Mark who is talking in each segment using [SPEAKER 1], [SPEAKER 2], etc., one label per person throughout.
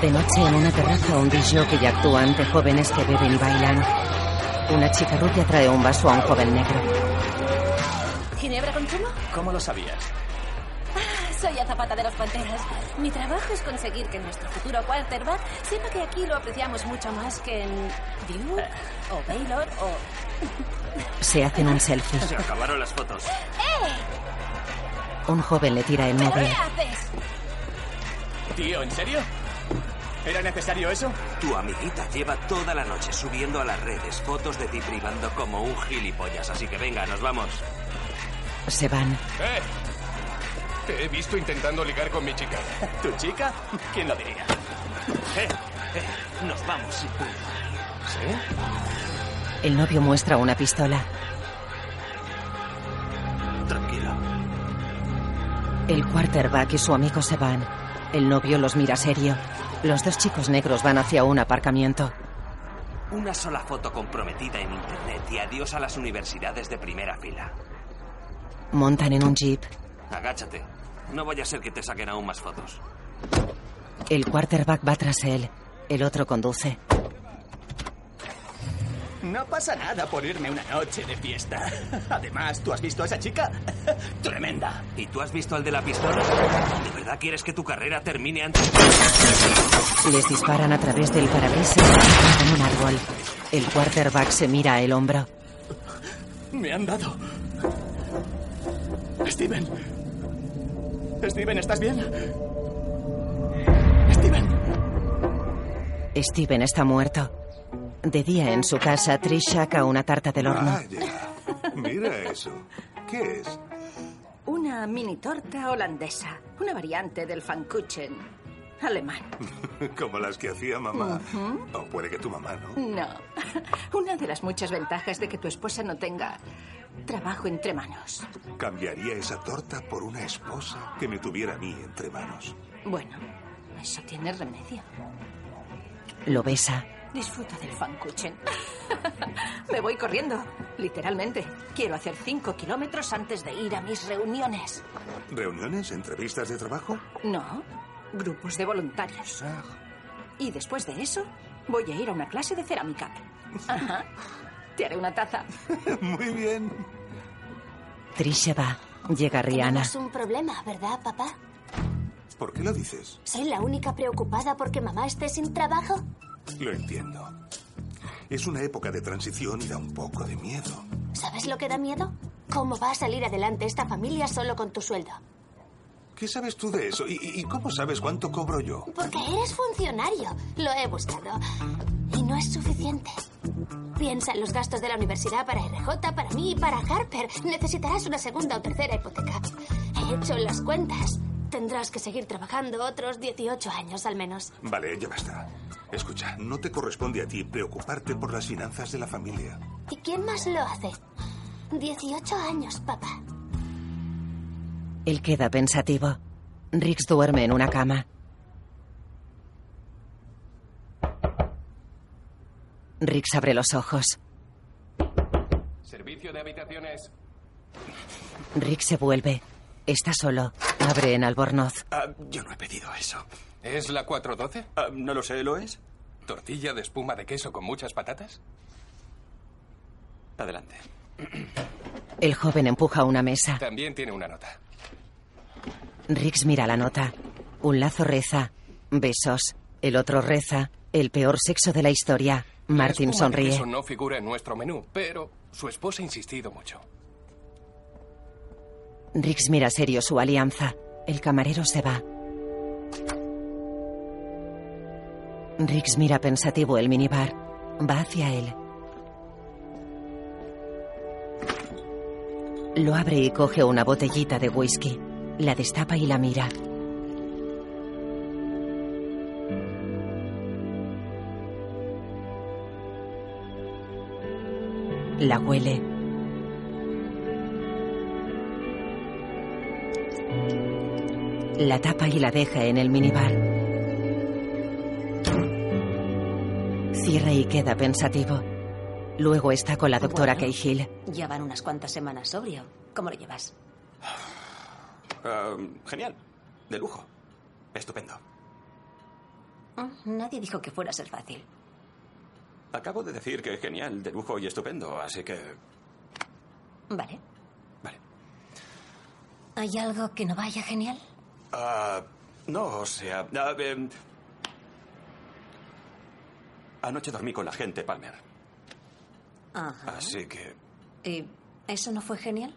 [SPEAKER 1] De noche en una terraza un que ya actúa ante jóvenes que beben y bailan. Una chica rubia trae un vaso a un joven negro.
[SPEAKER 2] ¿Ginebra con zumo?
[SPEAKER 3] ¿Cómo lo sabías?
[SPEAKER 2] Soy Azapata de los Panteras. Mi trabajo es conseguir que nuestro futuro quarterback sepa que aquí lo apreciamos mucho más que en Duke o Baylor o...
[SPEAKER 1] Se hacen un selfie.
[SPEAKER 3] Se acabaron las fotos.
[SPEAKER 2] ¡Eh!
[SPEAKER 1] Un joven le tira el móvil.
[SPEAKER 2] ¿Qué haces?
[SPEAKER 3] Tío, ¿en serio? ¿Era necesario eso?
[SPEAKER 4] Tu amiguita lleva toda la noche subiendo a las redes fotos de ti privando como un gilipollas, así que venga, nos vamos.
[SPEAKER 1] Se van.
[SPEAKER 5] ¡Eh! Te he visto intentando ligar con mi chica.
[SPEAKER 3] ¿Tu chica? ¿Quién lo diría?
[SPEAKER 4] Eh, eh, nos vamos.
[SPEAKER 3] ¿Sí?
[SPEAKER 1] El novio muestra una pistola.
[SPEAKER 4] Tranquilo.
[SPEAKER 1] El quarterback y su amigo se van. El novio los mira serio. Los dos chicos negros van hacia un aparcamiento.
[SPEAKER 4] Una sola foto comprometida en internet y adiós a las universidades de primera fila.
[SPEAKER 1] Montan en un jeep.
[SPEAKER 4] Agáchate. No vaya a ser que te saquen aún más fotos.
[SPEAKER 1] El quarterback va tras él. El otro conduce.
[SPEAKER 3] No pasa nada por irme una noche de fiesta. Además, ¿tú has visto a esa chica? Tremenda.
[SPEAKER 4] ¿Y tú has visto al de la pistola? ¿De verdad quieres que tu carrera termine antes?
[SPEAKER 1] Les disparan a través del parabrisas en un árbol. El quarterback se mira el hombro.
[SPEAKER 3] Me han dado. Steven. Steven, ¿estás bien? Steven.
[SPEAKER 1] Steven está muerto. De día en su casa, Trish saca una tarta del horno.
[SPEAKER 6] Ah,
[SPEAKER 7] Vaya, Ah, mira eso. ¿Qué es?
[SPEAKER 6] Una mini torta holandesa. Una variante del fankuchen alemán.
[SPEAKER 7] Como las que hacía mamá.
[SPEAKER 6] Ujú.
[SPEAKER 7] O puede que tu mamá, ¿no?
[SPEAKER 6] No. Una de las muchas ventajas de que tu esposa no tenga trabajo entre manos.
[SPEAKER 7] Cambiaría esa torta por una esposa que me tuviera a mí entre manos.
[SPEAKER 6] Bueno, eso tiene remedio.
[SPEAKER 1] Lo besa.
[SPEAKER 6] Disfruta del fankuchen. Me voy corriendo, literalmente. Quiero hacer cinco kilómetros antes de ir a mis reuniones.
[SPEAKER 7] ¿Reuniones? ¿Entrevistas de trabajo?
[SPEAKER 6] No, grupos de voluntarios. Y después de eso, voy a ir a una clase de cerámica. Ajá. Te haré una taza.
[SPEAKER 7] Muy bien.
[SPEAKER 1] Trish se va. Llega Rihanna.
[SPEAKER 8] Es un problema, ¿verdad, papá?
[SPEAKER 7] ¿Por qué lo dices?
[SPEAKER 8] ¿Soy la única preocupada porque mamá esté sin trabajo?
[SPEAKER 7] Lo entiendo. Es una época de transición y da un poco de miedo.
[SPEAKER 8] ¿Sabes lo que da miedo? ¿Cómo va a salir adelante esta familia solo con tu sueldo?
[SPEAKER 7] ¿Qué sabes tú de eso? ¿Y, y cómo sabes cuánto cobro yo?
[SPEAKER 8] Porque eres funcionario. Lo he buscado. Y no es suficiente. Piensa en los gastos de la universidad para RJ, para mí y para Harper. Necesitarás una segunda o tercera hipoteca. He hecho las cuentas. Tendrás que seguir trabajando otros 18 años al menos.
[SPEAKER 7] Vale, ya basta. Escucha, no te corresponde a ti preocuparte por las finanzas de la familia.
[SPEAKER 8] ¿Y quién más lo hace? 18 años, papá.
[SPEAKER 1] Él queda pensativo. Rix duerme en una cama. Rix abre los ojos.
[SPEAKER 5] Servicio de habitaciones.
[SPEAKER 1] Rix se vuelve. Está solo. Abre en Albornoz.
[SPEAKER 3] Ah, yo no he pedido eso.
[SPEAKER 5] ¿Es la 412?
[SPEAKER 3] Ah, no lo sé, ¿lo es?
[SPEAKER 5] ¿Tortilla de espuma de queso con muchas patatas?
[SPEAKER 3] Adelante.
[SPEAKER 1] El joven empuja una mesa.
[SPEAKER 5] También tiene una nota.
[SPEAKER 1] Rix mira la nota. Un lazo reza. Besos. El otro reza. El peor sexo de la historia. Martin sonríe.
[SPEAKER 5] Eso no figura en nuestro menú, pero su esposa ha insistido mucho.
[SPEAKER 1] Rix mira serio su alianza. El camarero se va. Rix mira pensativo el minibar. Va hacia él. Lo abre y coge una botellita de whisky. La destapa y la mira. La huele. La tapa y la deja en el minibar. Cierra y queda pensativo. Luego está con la doctora
[SPEAKER 6] Bueno.
[SPEAKER 1] Cahill.
[SPEAKER 6] Ya van unas cuantas semanas sobrio. ¿Cómo lo llevas?
[SPEAKER 3] Ah, genial. De lujo. Estupendo.
[SPEAKER 9] Nadie dijo que fuera a ser fácil.
[SPEAKER 10] Acabo de decir que genial, de lujo y estupendo, así que...
[SPEAKER 9] Vale. ¿Hay algo que no vaya genial?
[SPEAKER 10] ah, no, o sea... ah, em, anoche dormí con la gente, Palmer.
[SPEAKER 9] Ajá.
[SPEAKER 10] Así que...
[SPEAKER 9] ¿Y eso no fue genial?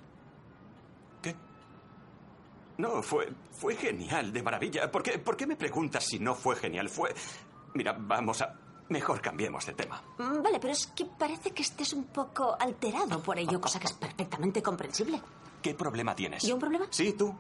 [SPEAKER 10] No, fue, fue genial, de maravilla. ¿Por qué, ¿Por qué me preguntas si no fue genial? Fue... Mira, vamos a... Mejor cambiemos de tema.
[SPEAKER 9] Mm, Vale, pero es que parece que estés un poco alterado por ello, cosa que es perfectamente comprensible.
[SPEAKER 10] ¿Qué problema tienes?
[SPEAKER 9] ¿Yo un problema?
[SPEAKER 10] Sí, tú.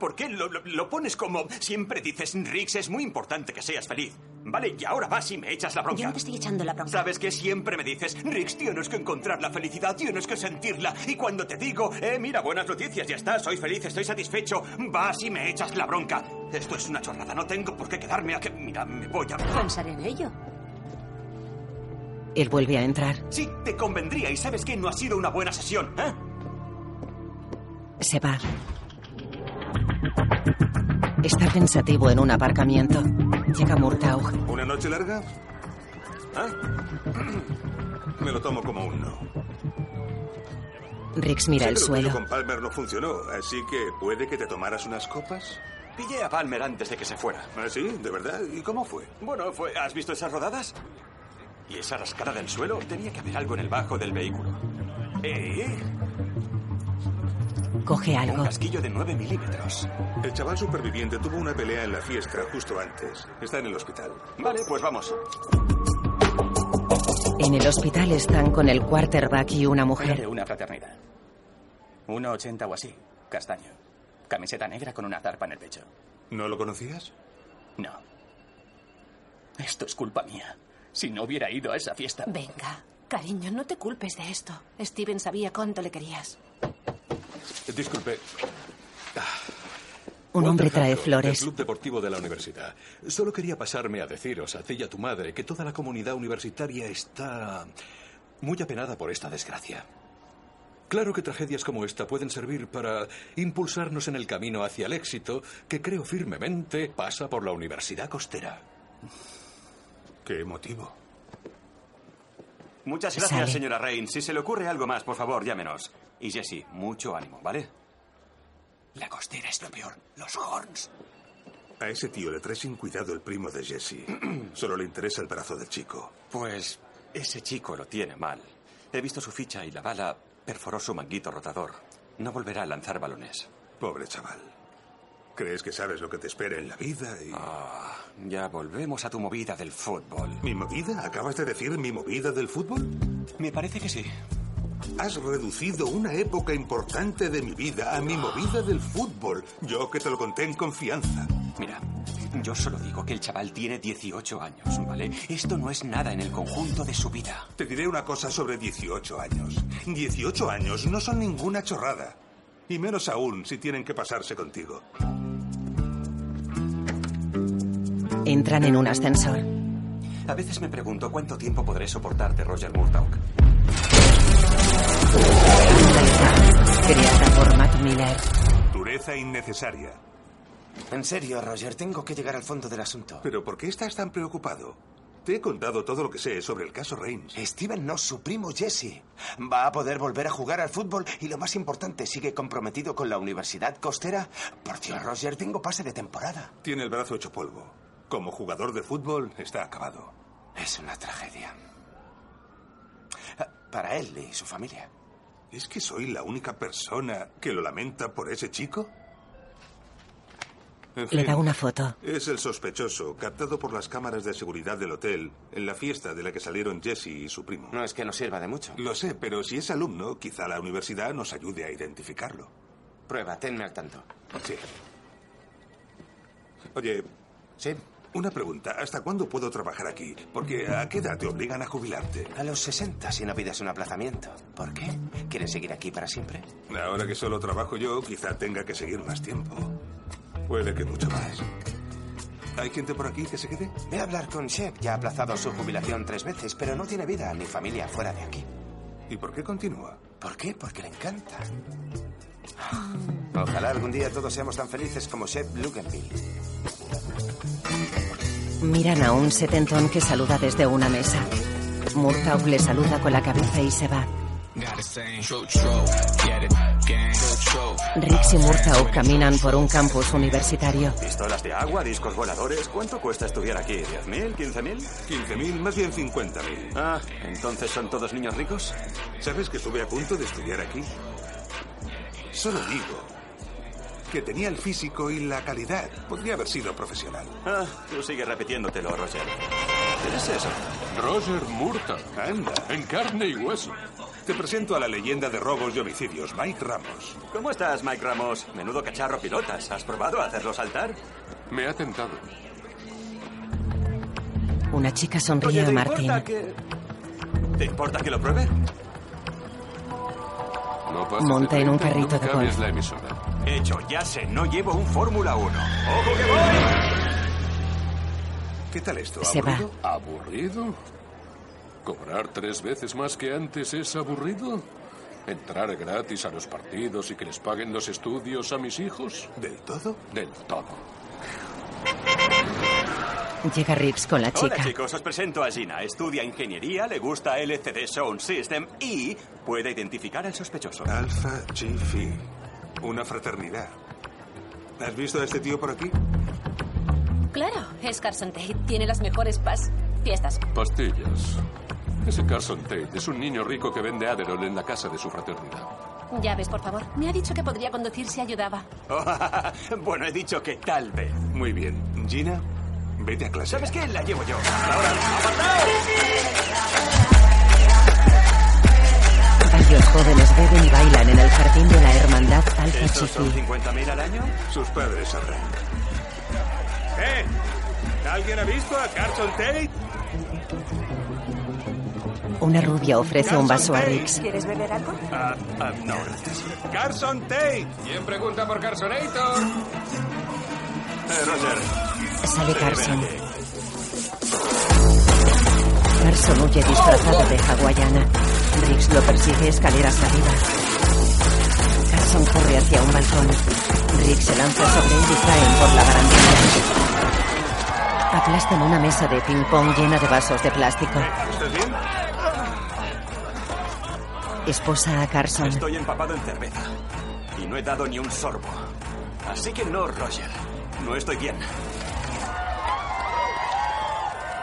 [SPEAKER 10] ¿Por qué lo, lo- lo pones como... Siempre dices, Rix, es muy importante que seas feliz. Vale, y ahora vas y me echas la bronca.
[SPEAKER 9] Yo no te estoy echando la bronca.
[SPEAKER 10] ¿Sabes que siempre me dices, Rix, tienes que encontrar la felicidad, tienes que sentirla? Y cuando te digo, eh, mira, buenas noticias, ya está, soy feliz, estoy satisfecho, vas y me echas la bronca. Esto es una chorrada, no tengo por qué quedarme a que... Mira, me voy a...
[SPEAKER 9] Pensaré en ello.
[SPEAKER 1] Él vuelve a entrar.
[SPEAKER 10] Sí, te convendría y sabes que no ha sido una buena sesión, ¿eh?
[SPEAKER 1] Se va. Está pensativo en un aparcamiento. Llega Murtaugh.
[SPEAKER 7] ¿Una noche larga? ¿Ah? Me lo tomo como un no.
[SPEAKER 1] Rix mira
[SPEAKER 7] Sé
[SPEAKER 1] el
[SPEAKER 7] que lo tuyo
[SPEAKER 1] suelo.
[SPEAKER 7] con Palmer no funcionó, así que puede que te tomaras unas copas.
[SPEAKER 10] Pillé a Palmer antes de que se fuera.
[SPEAKER 7] ¿Ah, sí? ¿De verdad? ¿Y cómo fue?
[SPEAKER 10] Bueno, fue... ¿Has visto esas rodadas? ¿Y esa rascada del suelo? Tenía que haber algo en el bajo del vehículo. ¿Eh?
[SPEAKER 1] Coge algo.
[SPEAKER 10] Un casquillo de 9 milímetros.
[SPEAKER 7] El chaval superviviente tuvo una pelea en la fiesta justo antes. Está en el hospital.
[SPEAKER 10] Vale, pues vamos.
[SPEAKER 1] En el hospital están con el quarterback y una
[SPEAKER 3] Era
[SPEAKER 1] mujer.
[SPEAKER 3] de una fraternidad. 1,80 o así, castaño. Camiseta negra con una zarpa en el pecho.
[SPEAKER 7] ¿No lo conocías?
[SPEAKER 3] No. Esto es culpa mía. Si no hubiera ido a esa fiesta.
[SPEAKER 2] Venga, cariño, no te culpes de esto. Steven sabía cuánto le querías.
[SPEAKER 11] Disculpe.
[SPEAKER 1] Un hombre
[SPEAKER 11] Walter
[SPEAKER 1] trae
[SPEAKER 11] Hancock,
[SPEAKER 1] flores.
[SPEAKER 11] del Club Deportivo de la Universidad. Solo quería pasarme a deciros a ti y a tu madre que toda la comunidad universitaria está muy apenada por esta desgracia. Claro que tragedias como esta pueden servir para impulsarnos en el camino hacia el éxito que creo firmemente pasa por la Universidad Costera.
[SPEAKER 7] ¿Qué motivo?
[SPEAKER 10] Muchas gracias, señora Rain. Si se le ocurre algo más, por favor, llámenos. Y Jesse, mucho ánimo, ¿vale? La costera es lo peor. Los horns.
[SPEAKER 7] A ese tío le trae sin cuidado el primo de Jesse. Solo le interesa el brazo del chico.
[SPEAKER 10] Pues ese chico lo tiene mal. He visto su ficha y la bala perforó su manguito rotador. No volverá a lanzar balones.
[SPEAKER 7] Pobre chaval. Crees que sabes lo que te espera en la vida y...
[SPEAKER 10] ya volvemos a tu movida del fútbol.
[SPEAKER 7] ¿Mi movida? ¿Acabas de decir mi movida del fútbol?
[SPEAKER 10] Me parece que sí.
[SPEAKER 7] Has reducido una época importante de mi vida a mi movida del fútbol. Yo que te lo conté en confianza.
[SPEAKER 10] Mira, yo solo digo que el chaval tiene 18 años, ¿vale? Esto no es nada en el conjunto de su vida.
[SPEAKER 7] Te diré una cosa sobre 18 años. 18 años no son ninguna chorrada. Y menos aún si tienen que pasarse contigo.
[SPEAKER 1] Entran en un ascensor.
[SPEAKER 10] A veces me pregunto cuánto tiempo podré soportarte, Roger Murdoch.
[SPEAKER 1] Creada por Matt Miller.
[SPEAKER 7] Dureza innecesaria.
[SPEAKER 12] En serio, Roger, tengo que llegar al fondo del asunto.
[SPEAKER 7] ¿Pero por qué estás tan preocupado? Te he contado todo lo que sé sobre el caso Reigns.
[SPEAKER 12] Steven no, su primo Jesse. Va a poder volver a jugar al fútbol y lo más importante, sigue comprometido con la Universidad Costera. Por Dios, Roger, tengo pase de temporada.
[SPEAKER 7] Tiene el brazo hecho polvo. Como jugador de fútbol está acabado.
[SPEAKER 12] Es una tragedia. Para él y su familia.
[SPEAKER 7] ¿Es que soy la única persona que lo lamenta por ese chico? En
[SPEAKER 1] Le
[SPEAKER 7] fin,
[SPEAKER 1] da una foto.
[SPEAKER 7] Es el sospechoso, captado por las cámaras de seguridad del hotel en la fiesta de la que salieron Jesse y su primo.
[SPEAKER 12] No es que nos sirva de mucho.
[SPEAKER 7] Lo sé, pero si es alumno, quizá la universidad nos ayude a identificarlo.
[SPEAKER 12] Prueba, tenme al tanto.
[SPEAKER 7] Sí. Oye.
[SPEAKER 12] Sí.
[SPEAKER 7] Una pregunta, ¿hasta cuándo puedo trabajar aquí? Porque ¿a qué edad te obligan a jubilarte?
[SPEAKER 12] A los 60, si no pides un aplazamiento. ¿Por qué? ¿Quieren seguir aquí para siempre?
[SPEAKER 7] Ahora que solo trabajo yo, quizá tenga que seguir más tiempo. Puede que mucho más. ¿Hay gente por aquí que se quede?
[SPEAKER 12] Ve a hablar con Shep. Ya ha aplazado su jubilación tres veces, pero no tiene vida ni familia fuera de aquí.
[SPEAKER 7] ¿Y por qué continúa?
[SPEAKER 12] ¿Por qué? Porque le encanta. Ojalá algún día todos seamos tan felices como Shep Luganville.
[SPEAKER 1] Miran a un setentón que saluda desde una mesa. Murtaugh le saluda con la cabeza y se va. Riggs y Murtaugh caminan por un campus universitario.
[SPEAKER 10] Pistolas de agua, discos voladores. ¿Cuánto cuesta estudiar aquí? ¿10.000? ¿15.000?
[SPEAKER 7] 15.000, más bien 50.000.
[SPEAKER 10] Ah, entonces son todos niños ricos.
[SPEAKER 7] ¿Sabes que estuve a punto de estudiar aquí? Solo digo que tenía el físico y la calidad. Podría haber sido profesional.
[SPEAKER 10] Ah, tú sigue repitiéndotelo, Roger. ¿Quién es eso?
[SPEAKER 7] Roger Murtaugh. Anda. En carne y hueso. Te presento a la leyenda de robos y homicidios, Mike Ramos.
[SPEAKER 10] ¿Cómo estás, Mike Ramos? Menudo cacharro pilotas. ¿Has probado a hacerlo saltar?
[SPEAKER 5] Me ha tentado.
[SPEAKER 1] Una chica sonríe a
[SPEAKER 10] ¿te
[SPEAKER 1] Martin.
[SPEAKER 10] importa que... ¿Te importa que lo pruebe?
[SPEAKER 5] No pasa
[SPEAKER 1] Monta en un carrito
[SPEAKER 5] treinta, no me
[SPEAKER 1] de
[SPEAKER 5] cabes
[SPEAKER 1] golf.
[SPEAKER 5] la emisora.
[SPEAKER 10] Hecho, ya sé, no llevo un Fórmula 1. ¡Ojo que
[SPEAKER 7] ¿Qué tal esto?
[SPEAKER 1] Se va.
[SPEAKER 7] ¿Aburrido?
[SPEAKER 5] ¿Aburrido? ¿Cobrar tres veces más que antes es aburrido? ¿Entrar gratis a los partidos y que les paguen los estudios a mis hijos?
[SPEAKER 7] ¿Del todo?
[SPEAKER 5] Del todo.
[SPEAKER 1] Llega Riggs con la
[SPEAKER 10] Hola
[SPEAKER 1] chica.
[SPEAKER 10] chicos, os presento a Gina. Estudia ingeniería, le gusta LCD Sound System y puede identificar al sospechoso.
[SPEAKER 7] Alpha Chi Phi. Una fraternidad. ¿Has visto a este tío por aquí?
[SPEAKER 2] Claro, es Carson Tate. Tiene las mejores pas... fiestas.
[SPEAKER 5] Pastillas. Ese Carson Tate es un niño rico que vende Adderall en la casa de su fraternidad.
[SPEAKER 2] Llaves, por favor. Me ha dicho que podría conducir si ayudaba.
[SPEAKER 10] bueno, he dicho que tal vez.
[SPEAKER 7] Muy bien. Gina, vete a clase.
[SPEAKER 10] ¿Sabes qué? La llevo yo. Ahora, apartaos.
[SPEAKER 1] Varios jóvenes beben y bailan en el jardín de la hermandad Alfa Chi
[SPEAKER 10] ¿Estos son
[SPEAKER 1] Phi.
[SPEAKER 10] 50.000 al año?
[SPEAKER 7] Sus padres sabrán.
[SPEAKER 10] ¿Eh? ¿Alguien ha visto a Carson Tate?
[SPEAKER 1] Una rubia ofrece un vaso a Riggs.
[SPEAKER 6] ¿Quieres beber algo?
[SPEAKER 7] Ah,
[SPEAKER 10] no, gracias. ¡Carson Tate!
[SPEAKER 5] ¿Quién pregunta por Carsonator?
[SPEAKER 10] Eh, Roger.
[SPEAKER 1] Sale
[SPEAKER 10] Sí,
[SPEAKER 1] Carson.
[SPEAKER 10] ven aquí.
[SPEAKER 1] Carson huye disfrazado de hawaiana. Riggs lo persigue escaleras arriba. Carson corre hacia un balcón. Riggs se lanza sobre él y caen por la barandilla. Aplastan una mesa de ping-pong llena de vasos de plástico.
[SPEAKER 7] ¿Estás bien?
[SPEAKER 1] Esposa a Carson.
[SPEAKER 10] Estoy empapado en cerveza. Y no he dado ni un sorbo. Así que no, Roger. No estoy bien.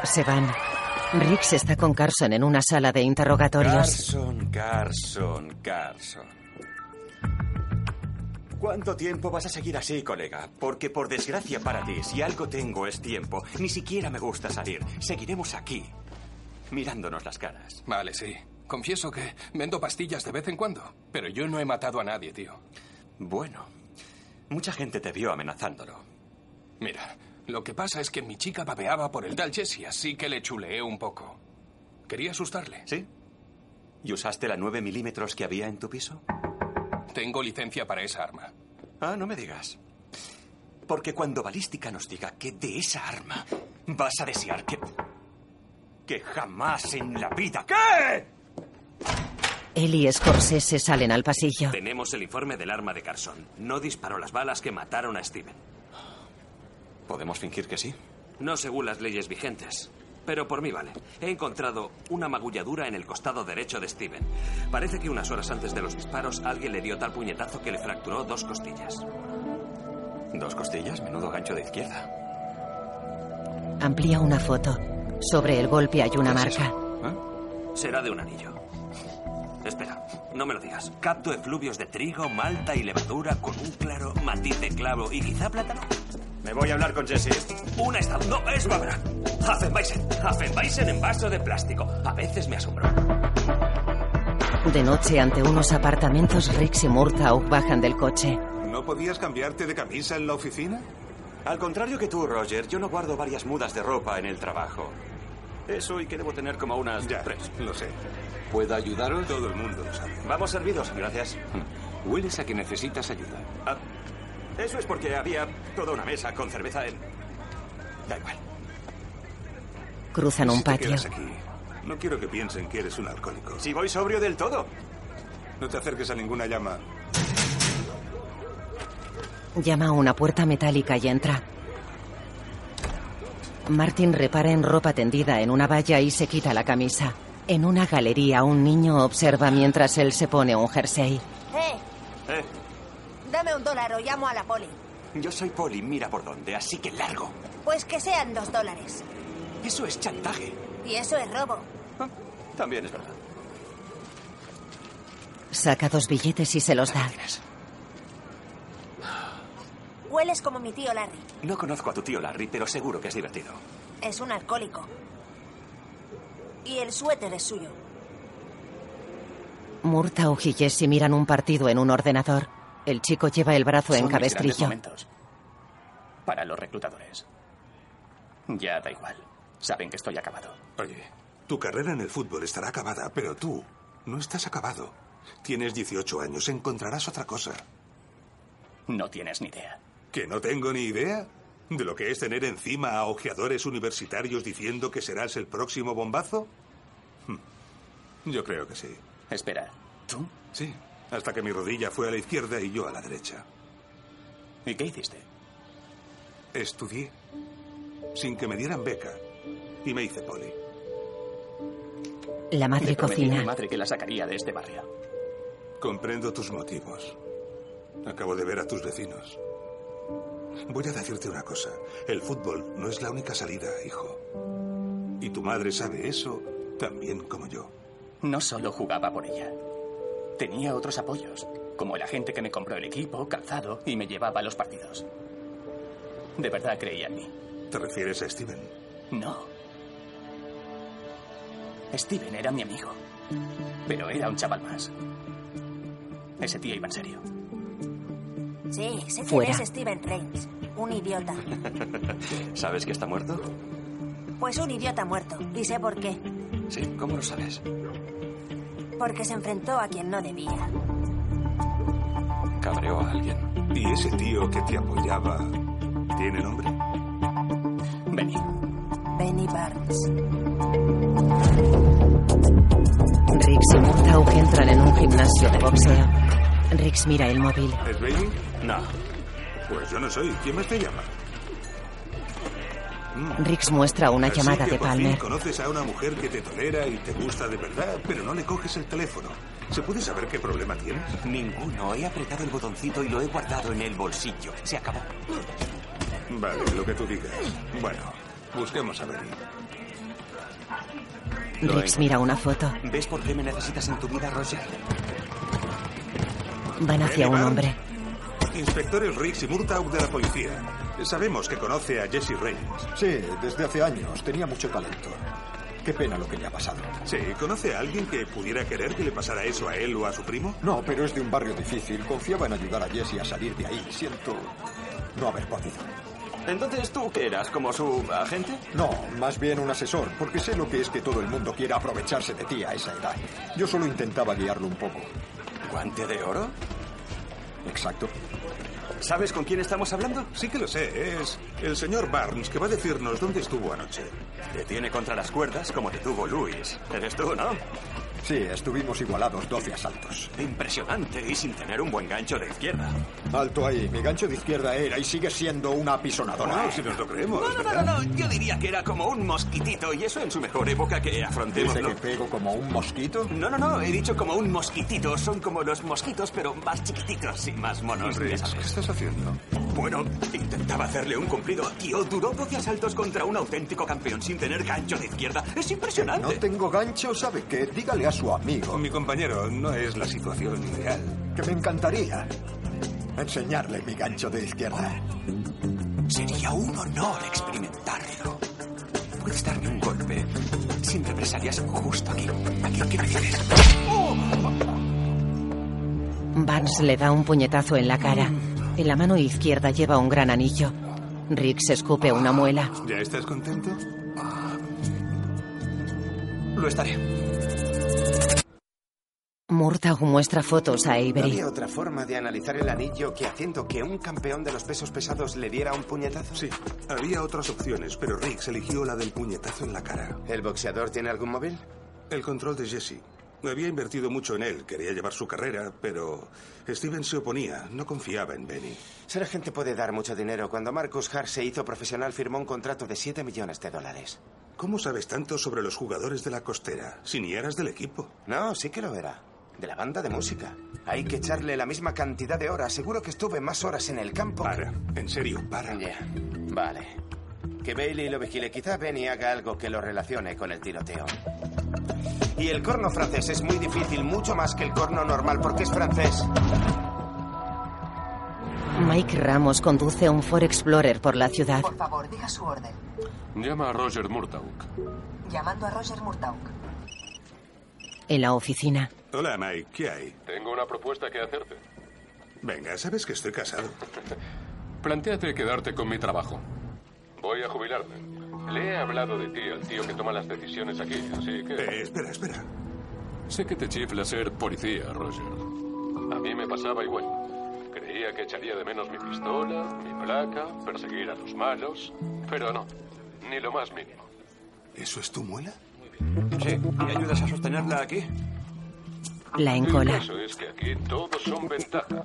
[SPEAKER 1] Se van. Riggs está con Carson en una sala de interrogatorios.
[SPEAKER 10] Carson, Carson, Carson. ¿Cuánto tiempo vas a seguir así, colega? Porque por desgracia para ti, si algo tengo es tiempo. Ni siquiera me gusta salir. Seguiremos aquí, mirándonos las caras.
[SPEAKER 13] Vale, sí. Confieso que vendo pastillas de vez en cuando, pero yo no he matado a nadie, tío.
[SPEAKER 10] Bueno, mucha gente te vio amenazándolo.
[SPEAKER 13] Mira, lo que pasa es que mi chica babeaba por el tal Jesse, así que le chuleé un poco. Quería asustarle.
[SPEAKER 10] ¿Sí? ¿Y usaste la 9 milímetros que había en tu piso?
[SPEAKER 13] Tengo licencia para esa arma.
[SPEAKER 10] Ah, no me digas. Porque cuando Balística nos diga que de esa arma vas a desear que. que jamás en la vida. ¿Qué?
[SPEAKER 1] Él y Scorsese salen al pasillo.
[SPEAKER 4] Tenemos el informe del arma de Carson. No disparó las balas que mataron a Steven.
[SPEAKER 10] ¿Podemos fingir que sí?
[SPEAKER 4] No según las leyes vigentes. Pero por mí vale. He encontrado una magulladura en el costado derecho de Steven. Parece que unas horas antes de los disparos alguien le dio tal puñetazo que le fracturó dos costillas.
[SPEAKER 10] Dos costillas, menudo gancho de izquierda.
[SPEAKER 1] Amplía una foto. Sobre el golpe hay una marca.
[SPEAKER 4] Será de un anillo. Espera, no me lo digas. Capto efluvios de trigo, malta y levadura con un claro matiz de clavo y quizá plátano.
[SPEAKER 10] Me voy a hablar con Jesse.
[SPEAKER 4] Una está... No, es Babra. Hafenbeisen. Hafenbeisen en vaso de plástico. A veces me asombró.
[SPEAKER 1] De noche, ante unos apartamentos, Riggs y Murtaugh bajan del coche.
[SPEAKER 7] ¿No podías cambiarte de camisa en la oficina?
[SPEAKER 10] Al contrario que tú, Roger, yo no guardo varias mudas de ropa en el trabajo. Eso y que debo tener como unas tres.
[SPEAKER 7] Lo sé.
[SPEAKER 10] ¿Puedo ayudaros?
[SPEAKER 7] Todo el mundo lo sabe.
[SPEAKER 10] Vamos servidos, gracias.
[SPEAKER 3] Hmm.
[SPEAKER 4] Hueles a que necesitas ayuda.
[SPEAKER 10] Ah, eso es porque había toda una mesa con cerveza en. Da igual.
[SPEAKER 1] Cruzan un
[SPEAKER 7] Si te
[SPEAKER 1] patio.
[SPEAKER 7] quedas aquí, no quiero que piensen que eres un alcohólico.
[SPEAKER 10] Si voy sobrio del todo.
[SPEAKER 7] No te acerques a ninguna llama.
[SPEAKER 1] Llama a una puerta metálica y entra. Martin repara en ropa tendida en una valla y se quita la camisa. En una galería, un niño observa mientras él se pone un jersey.
[SPEAKER 14] Eh,
[SPEAKER 10] Eh,
[SPEAKER 14] dame un dólar o llamo a la poli.
[SPEAKER 10] yo soy poli, mira por dónde, así que largo.
[SPEAKER 14] Pues que sean dos dólares.
[SPEAKER 10] Eso es chantaje.
[SPEAKER 14] Y eso es robo.
[SPEAKER 3] Ah,
[SPEAKER 10] También es verdad.
[SPEAKER 1] Saca dos billetes y se los da.
[SPEAKER 14] Hueles como mi tío Larry.
[SPEAKER 10] No conozco a tu tío Larry, pero seguro que es divertido.
[SPEAKER 14] Es un alcohólico. Y el suéter es suyo.
[SPEAKER 1] Murtaugh y Jesse miran un partido en un ordenador. El chico lleva el brazo
[SPEAKER 3] Son
[SPEAKER 1] en
[SPEAKER 3] mis grandes
[SPEAKER 1] cabestrillo.
[SPEAKER 3] momentos Para los reclutadores. Ya da igual. Saben que estoy acabado.
[SPEAKER 7] Oye, tu carrera en el fútbol estará acabada, pero tú no estás acabado. Tienes 18 años, encontrarás otra cosa.
[SPEAKER 3] No tienes ni idea.
[SPEAKER 7] ¿Que no tengo ni idea? ¿De lo que es tener encima a ojeadores universitarios diciendo que serás el próximo bombazo? Hm, Yo creo que sí.
[SPEAKER 3] Espera, ¿tú?
[SPEAKER 7] Sí, hasta que mi rodilla fue a la izquierda y yo a la derecha.
[SPEAKER 3] ¿Y qué hiciste?
[SPEAKER 7] Estudié sin que me dieran beca y me hice poli.
[SPEAKER 1] La madre
[SPEAKER 7] Le prometí a mi
[SPEAKER 1] cocina.
[SPEAKER 3] Madre que la sacaría de este barrio.
[SPEAKER 7] Comprendo tus motivos. Acabo de ver a tus vecinos. Voy a decirte una cosa. El fútbol no es la única salida, hijo. Y tu madre sabe eso tan bien como yo.
[SPEAKER 3] No solo jugaba por ella. Tenía otros apoyos, como el agente que me compró el equipo, calzado y me llevaba a los partidos. De verdad creía en mí.
[SPEAKER 7] ¿Te refieres a Steven?
[SPEAKER 3] No. Steven era mi amigo. Pero era un chaval más. Ese tío iba en serio.
[SPEAKER 14] Sí, sé quién
[SPEAKER 3] Fuera.
[SPEAKER 14] es Steven Reigns. Un idiota.
[SPEAKER 4] ¿Sabes que está muerto?
[SPEAKER 14] Pues un idiota muerto. Y sé por qué.
[SPEAKER 4] Sí, ¿cómo lo sabes?
[SPEAKER 14] Porque se enfrentó a quien no debía.
[SPEAKER 4] Cabreó a alguien.
[SPEAKER 7] ¿Y ese tío que te apoyaba tiene nombre?
[SPEAKER 3] Benny.
[SPEAKER 14] Benny Barnes.
[SPEAKER 1] Riggs y Murtaugh entran en un gimnasio de boxeo. Riggs mira el móvil.
[SPEAKER 7] ¿Es Bailey? No. Pues yo no soy. ¿Quién más te llama? Mm.
[SPEAKER 1] Riggs muestra una
[SPEAKER 7] Así
[SPEAKER 1] llamada
[SPEAKER 7] que
[SPEAKER 1] de
[SPEAKER 7] por fin
[SPEAKER 1] Palmer.
[SPEAKER 7] conoces a una mujer que te tolera y te gusta de verdad, pero no le coges el teléfono. ¿Se puede saber qué problema tienes?
[SPEAKER 10] Ninguno. He apretado el botoncito y lo he guardado en el bolsillo. Se acabó.
[SPEAKER 7] Vale, lo que tú digas. Bueno, busquemos a Benny.
[SPEAKER 1] Riggs mira una foto.
[SPEAKER 10] ¿Ves por qué me necesitas en tu vida, Roger?
[SPEAKER 1] Van hacia un hombre.
[SPEAKER 7] Inspectores Riggs y Murtaugh de la policía. Sabemos que conoce a Jesse Reigns.
[SPEAKER 15] Sí, desde hace años. Tenía mucho talento. Qué pena lo que le ha pasado.
[SPEAKER 7] Sí, ¿conoce a alguien que pudiera querer que le pasara eso a él o a su primo?
[SPEAKER 15] No, pero es de un barrio difícil. Confiaba en ayudar a Jesse a salir de ahí. Siento no haber podido.
[SPEAKER 10] Entonces, ¿tú qué eras? ¿Como su agente?
[SPEAKER 15] No, más bien un asesor, porque sé lo que es que todo el mundo quiera aprovecharse de ti a esa edad. Yo solo intentaba guiarlo un poco.
[SPEAKER 10] ¿Guante de oro?
[SPEAKER 15] Exacto.
[SPEAKER 10] ¿Sabes con quién estamos hablando?
[SPEAKER 7] Sí que lo sé, es el señor Barnes que va a decirnos dónde estuvo anoche.
[SPEAKER 10] Te tiene contra las cuerdas como te tuvo Luis. Eres tú, ¿no?
[SPEAKER 15] Sí, estuvimos igualados 12 asaltos.
[SPEAKER 10] Impresionante y sin tener un buen gancho de izquierda.
[SPEAKER 15] Alto ahí, mi gancho de izquierda era y sigue siendo una apisonadora.
[SPEAKER 10] Wow, si
[SPEAKER 7] nos lo
[SPEAKER 10] No, no, no, no, no, yo diría que era como un mosquitito y eso en su mejor época que afrontemos.
[SPEAKER 15] ¿Dice
[SPEAKER 10] ¿no?
[SPEAKER 15] que pego como un mosquito?
[SPEAKER 10] No, no, no, he dicho como un mosquitito. Son como los mosquitos, pero más chiquititos y más monos. ya
[SPEAKER 7] Riggs,
[SPEAKER 10] sabes.
[SPEAKER 7] ¿qué estás haciendo?
[SPEAKER 10] Bueno, intentaba hacerle un cumplido. Tío, duró 12 asaltos contra un auténtico campeón sin tener gancho de izquierda. Es
[SPEAKER 15] No
[SPEAKER 10] impresionante.
[SPEAKER 15] tengo gancho, ¿sabe qué? Dígale a su amigo.
[SPEAKER 7] Mi compañero, no es la situación ideal.
[SPEAKER 15] Que me encantaría enseñarle mi gancho de izquierda.
[SPEAKER 10] Sería un honor experimentarlo. Puedes darme un golpe sin represalias justo aquí. Aquí, aquí, aquí. ¡Oh!
[SPEAKER 1] Barnes le da un puñetazo en la cara. En la mano izquierda lleva un gran anillo. Riggs escupe una muela.
[SPEAKER 7] ¿Ya estás contento? Ah,
[SPEAKER 10] Lo estaré.
[SPEAKER 1] Murtaugh muestra fotos a
[SPEAKER 12] No
[SPEAKER 1] Avery.
[SPEAKER 12] había otra forma de analizar el anillo que haciendo que un campeón de los pesos pesados le diera un puñetazo.
[SPEAKER 7] Sí, había otras opciones, pero Riggs eligió la del puñetazo en la cara.
[SPEAKER 12] ¿El boxeador tiene algún móvil?
[SPEAKER 7] El control de Jesse. Había invertido mucho en él, quería llevar su carrera, pero Steven se oponía, no confiaba en Benny.
[SPEAKER 12] Ser agente puede dar mucho dinero. Cuando Marcus Hart se hizo profesional, firmó un contrato de 7 millones de dólares.
[SPEAKER 7] ¿Cómo sabes tanto sobre los jugadores de la costera? Si ni eras del equipo.
[SPEAKER 12] No, sí que lo era. De la banda de música. Hay que echarle la misma cantidad de horas. Seguro que estuve más horas en el campo.
[SPEAKER 7] Para, en serio, para.
[SPEAKER 12] Vale. Que Bailey lo vigile. Quizá Benny haga algo que lo relacione con el tiroteo. Y el corno francés es muy difícil, mucho más que el corno normal, porque es francés.
[SPEAKER 1] Mike Ramos conduce un Ford Explorer por la ciudad.
[SPEAKER 16] Por favor, diga su orden.
[SPEAKER 5] Llama a Roger Murtaugh.
[SPEAKER 16] Llamando a Roger Murtaugh.
[SPEAKER 1] En la oficina,
[SPEAKER 7] Hola, Mike, ¿qué hay?
[SPEAKER 5] Tengo una propuesta que hacerte.
[SPEAKER 7] Venga, sabes que estoy casado.
[SPEAKER 5] Plantéate quedarte con mi trabajo. Voy a jubilarme. Le he hablado de ti al tío que toma las decisiones aquí, así que...
[SPEAKER 7] Eh, espera, espera.
[SPEAKER 5] Eh, Sé que te chifla ser policía, Roger. A mí me pasaba igual. Creía que echaría de menos mi pistola, mi placa, perseguir a los malos, pero no, ni lo más mínimo.
[SPEAKER 7] ¿Eso es tu muela?
[SPEAKER 10] Sí. ¿Me ayudas a sostenerla aquí?
[SPEAKER 1] la encola.
[SPEAKER 5] Eso es que aquí todos son ventajas.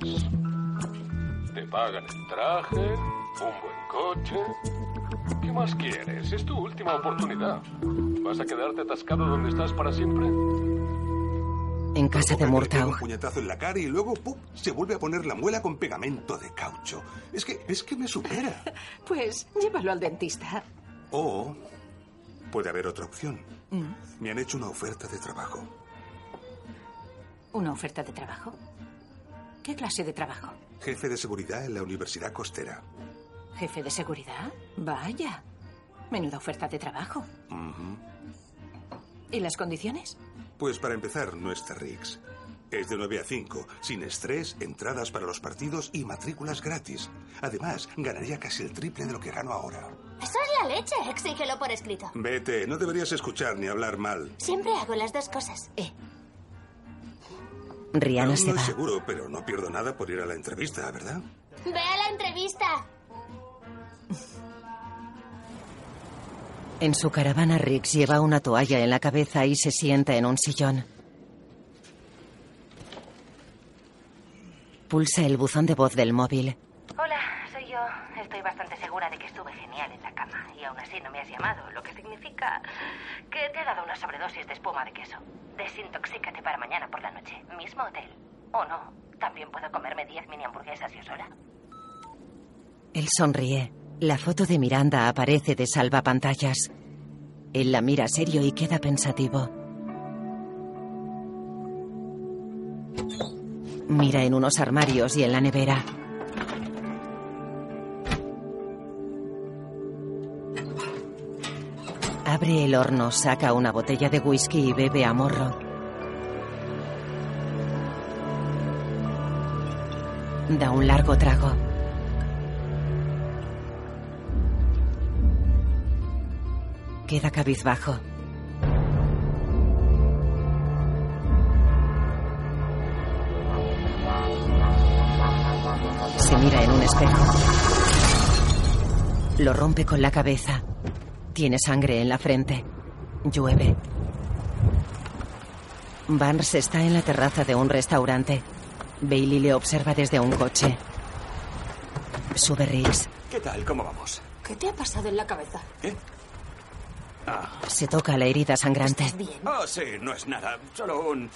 [SPEAKER 5] Te pagan el traje, un buen coche. ¿Qué más quieres? Es tu última oportunidad. ¿Vas a quedarte atascado donde estás para siempre?
[SPEAKER 6] Pues,
[SPEAKER 1] en casa de Murtaugh.
[SPEAKER 7] Un puñetazo en la cara y luego, ¡pum!, se vuelve a poner la muela con pegamento de caucho. Es que, es que me supera.
[SPEAKER 6] Pues llévalo al dentista.
[SPEAKER 7] O puede haber otra opción.
[SPEAKER 16] Mm.
[SPEAKER 7] Me han hecho una oferta de trabajo.
[SPEAKER 6] ¿Una oferta de trabajo? ¿Qué clase de trabajo?
[SPEAKER 7] Jefe de seguridad en la Universidad Costera.
[SPEAKER 6] ¿Jefe de seguridad? Vaya. Menuda oferta de trabajo.
[SPEAKER 7] Ujú.
[SPEAKER 6] ¿Y las condiciones?
[SPEAKER 7] Pues para empezar, no está Riggs. Es de 9 a 5, sin estrés, entradas para los partidos y matrículas gratis. Además, ganaría casi el triple de lo que gano ahora.
[SPEAKER 8] Eso es la leche. Exígelo por escrito.
[SPEAKER 7] Vete, no deberías escuchar ni hablar mal.
[SPEAKER 8] Siempre hago las dos cosas.
[SPEAKER 14] Eh.
[SPEAKER 1] Rihanna
[SPEAKER 7] Aún
[SPEAKER 1] se
[SPEAKER 7] no es
[SPEAKER 1] va.
[SPEAKER 7] seguro, pero no pierdo nada por ir a la entrevista, ¿verdad?
[SPEAKER 8] Ve a la entrevista.
[SPEAKER 1] En su caravana, Riggs lleva una toalla en la cabeza y se sienta en un sillón. Pulsa el buzón de voz del móvil.
[SPEAKER 16] Hola, soy yo. Estoy bastante segura de que estuve genial en la cama y aún así no me has llamado, lo que significa que te ha dado una sobredosis de espuma de queso. Desintoxícate para mañana por la noche. Mismo hotel. O no, también puedo comerme 10 mini hamburguesas yo sola.
[SPEAKER 1] Él sonríe. La foto de Miranda aparece de salvapantallas. Él la mira serio y queda pensativo. Mira en unos armarios y en la nevera. Abre el horno, saca una botella de whisky y bebe a morro. Da un largo trago. Queda cabizbajo. Se mira en un espejo. Lo rompe con la cabeza. Tiene sangre en la frente. Llueve. Barnes está en la terraza de un restaurante. Bailey le observa desde un coche. Sube Riggs.
[SPEAKER 10] ¿Qué tal? ¿Cómo vamos?
[SPEAKER 9] ¿Qué te ha pasado en la cabeza?
[SPEAKER 10] Ah.
[SPEAKER 1] Se toca la herida sangrante.
[SPEAKER 10] Oh, sí, no es nada. Solo un...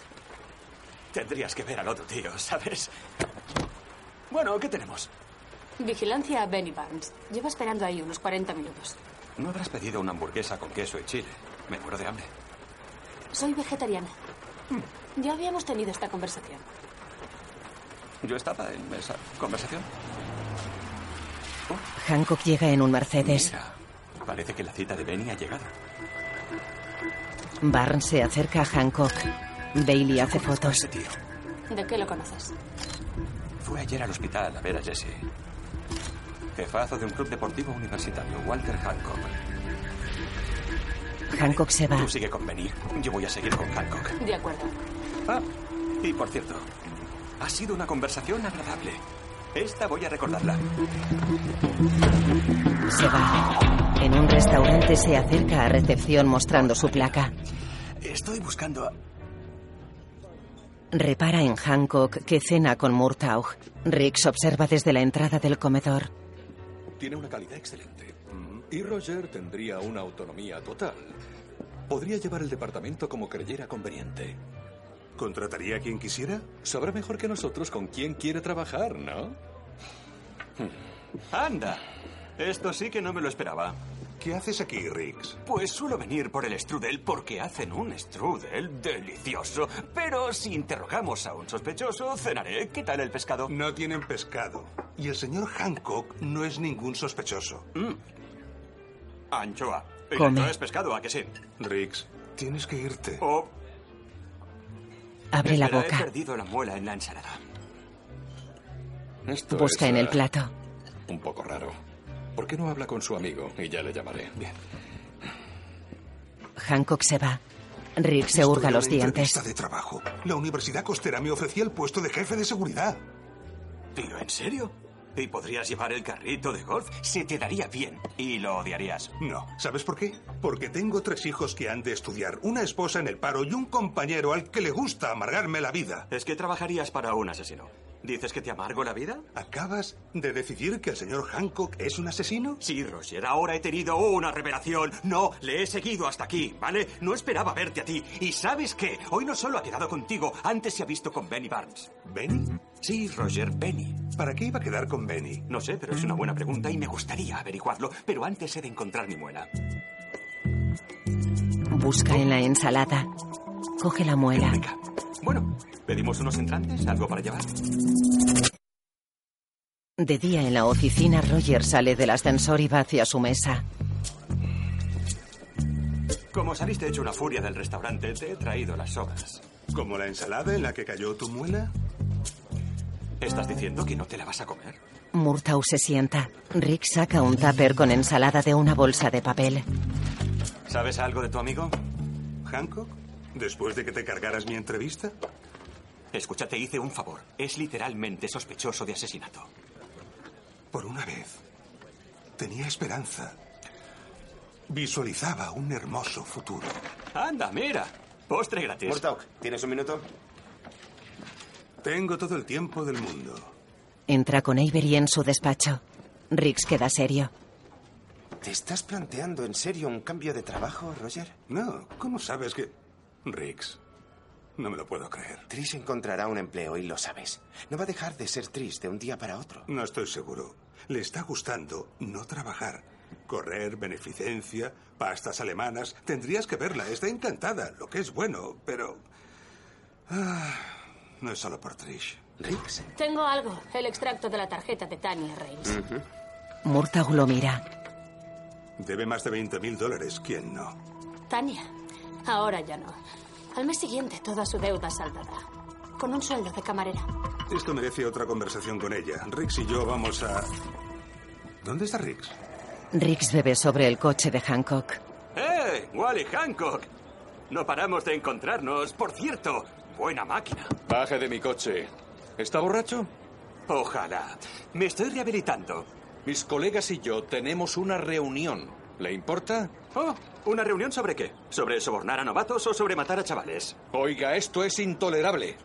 [SPEAKER 10] Tendrías que ver al otro tío, ¿sabes? Bueno, ¿qué tenemos?
[SPEAKER 9] Vigilancia a Benny Barnes. Lleva esperando ahí unos 40 minutos.
[SPEAKER 10] No habrás pedido una hamburguesa con queso y chile. Me muero de hambre.
[SPEAKER 9] Soy vegetariana. Ya habíamos tenido esta conversación.
[SPEAKER 10] Yo estaba en esa conversación.
[SPEAKER 1] Hancock llega en un Mercedes.
[SPEAKER 10] Parece que la cita de Benny ha llegado.
[SPEAKER 1] Barnes se acerca a Hancock. Bailey hace fotos.
[SPEAKER 9] ¿De qué lo conoces?
[SPEAKER 10] Fue ayer al hospital a ver a Jesse. Jefazo de un club deportivo universitario, Walter Hancock.
[SPEAKER 1] Hancock se va.
[SPEAKER 10] Tú sigue con Benny. Yo voy a seguir con Hancock.
[SPEAKER 9] De acuerdo.
[SPEAKER 10] Ah, y por cierto, ha sido una conversación agradable. Esta voy a recordarla.
[SPEAKER 1] Se va. En un restaurante se acerca a recepción mostrando su placa.
[SPEAKER 10] Estoy buscando a...
[SPEAKER 1] Repara en Hancock que cena con Murtaugh. Riggs observa desde la entrada del comedor.
[SPEAKER 11] Tiene una calidad excelente. Y Roger tendría una autonomía total. Podría llevar el departamento como creyera conveniente.
[SPEAKER 7] ¿Contrataría a quien quisiera?
[SPEAKER 11] Sabrá mejor que nosotros con quién quiere trabajar, ¿no?
[SPEAKER 10] ¡Anda! Esto sí que no me lo esperaba.
[SPEAKER 7] ¿Qué haces aquí, Riggs?
[SPEAKER 10] Pues suelo venir por el strudel porque hacen un strudel delicioso. Pero si interrogamos a un sospechoso, cenaré. ¿Qué tal el pescado?
[SPEAKER 7] No tienen pescado. Y el señor Hancock no es ningún sospechoso.
[SPEAKER 10] Anchoa. Y
[SPEAKER 7] Come.
[SPEAKER 10] no es pescado, ¿a que sí?
[SPEAKER 7] Riggs, tienes que irte.
[SPEAKER 10] Oh,
[SPEAKER 1] Abre la
[SPEAKER 10] espera, He
[SPEAKER 1] boca.
[SPEAKER 10] perdido la muela en la ensalada.
[SPEAKER 11] Esto
[SPEAKER 1] Busca
[SPEAKER 11] es,
[SPEAKER 1] en el
[SPEAKER 11] eh,
[SPEAKER 1] plato.
[SPEAKER 11] Un poco raro. ¿Por qué no habla con su amigo? Y ya le llamaré. Bien.
[SPEAKER 1] Hancock se va. Riggs se hurga los dientes.
[SPEAKER 7] Está de trabajo. La Universidad Costera me ofrecía el puesto de jefe de seguridad.
[SPEAKER 10] ¿Pero en serio? ¿Y podrías llevar el carrito de golf? Se te daría bien y lo odiarías.
[SPEAKER 7] No. ¿Sabes por qué? Porque tengo tres hijos que han de estudiar, una esposa en el paro y un compañero al que le gusta amargarme la vida.
[SPEAKER 10] Es que trabajarías para un asesino. ¿Dices que te amargo la vida?
[SPEAKER 7] ¿Acabas de decidir que el señor Hancock es un asesino?
[SPEAKER 10] Sí, Roger, ahora he tenido una revelación. No, le he seguido hasta aquí, ¿vale? No esperaba verte a ti. ¿Y sabes qué? Hoy no solo ha quedado contigo, antes se ha visto con Benny Barnes.
[SPEAKER 7] ¿Benny?
[SPEAKER 10] Sí, Roger, Benny.
[SPEAKER 7] ¿Para qué iba a quedar con Benny?
[SPEAKER 10] No sé, pero es una buena pregunta y me gustaría averiguarlo, pero antes he de encontrar mi muela.
[SPEAKER 1] Busca en la ensalada. Coge la muela.
[SPEAKER 10] Bueno, ¿pedimos unos entrantes? ¿Algo para llevar?
[SPEAKER 1] De día en la oficina, Roger sale del ascensor y va hacia su mesa.
[SPEAKER 10] Como saliste hecho una furia del restaurante, te he traído las sobras.
[SPEAKER 7] ¿Como la ensalada en la que cayó tu muela?
[SPEAKER 10] ¿Estás diciendo que no te la vas a comer?
[SPEAKER 1] Murtaugh se sienta. Rick saca un tupper con ensalada de una bolsa de papel.
[SPEAKER 10] ¿Sabes algo de tu amigo?
[SPEAKER 7] ¿Hancock? ¿Después de que te cargaras mi entrevista?
[SPEAKER 10] Escucha, te hice un favor. Es literalmente sospechoso de asesinato.
[SPEAKER 7] Por una vez, tenía esperanza. Visualizaba un hermoso futuro.
[SPEAKER 10] Anda, mira. Postre gratis.
[SPEAKER 12] Murtaugh, ¿tienes un minuto?
[SPEAKER 7] Tengo todo el tiempo del mundo.
[SPEAKER 1] Entra con Avery en su despacho. Riggs queda serio.
[SPEAKER 12] ¿Te estás planteando en serio un cambio de trabajo, Roger?
[SPEAKER 7] No, ¿cómo sabes que...? Riggs, no me lo puedo creer.
[SPEAKER 12] Tris encontrará un empleo y lo sabes. No va a dejar de ser Tris de un día para otro.
[SPEAKER 7] No estoy seguro. Le está gustando no trabajar. Correr, beneficencia, pastas alemanas. Tendrías que verla. Está encantada, lo que es bueno, pero... ah, no es solo por Trish.
[SPEAKER 12] ¿Riggs?
[SPEAKER 9] Tengo algo, el extracto de la tarjeta de Tania Reims.
[SPEAKER 1] Murtaugh lo mira.
[SPEAKER 7] Debe más de 20 mil dólares, ¿quién no?
[SPEAKER 9] Tania, ahora ya no. Al mes siguiente toda su deuda saldada. Con un sueldo de camarera.
[SPEAKER 7] Esto merece otra conversación con ella. Rix y yo vamos a... ¿Dónde está Rix?
[SPEAKER 1] Riggs bebe sobre el coche de Hancock.
[SPEAKER 10] ¡Eh! Wally Hancock. No paramos de encontrarnos. Por cierto, buena máquina.
[SPEAKER 11] Baje de mi coche. ¿Está borracho?
[SPEAKER 10] Ojalá. Me estoy rehabilitando.
[SPEAKER 11] Mis colegas y yo tenemos una reunión. ¿Le importa?
[SPEAKER 10] Oh, ¿una reunión sobre qué? ¿Sobre sobornar a novatos o sobre matar a chavales?
[SPEAKER 11] Oiga, esto es intolerable.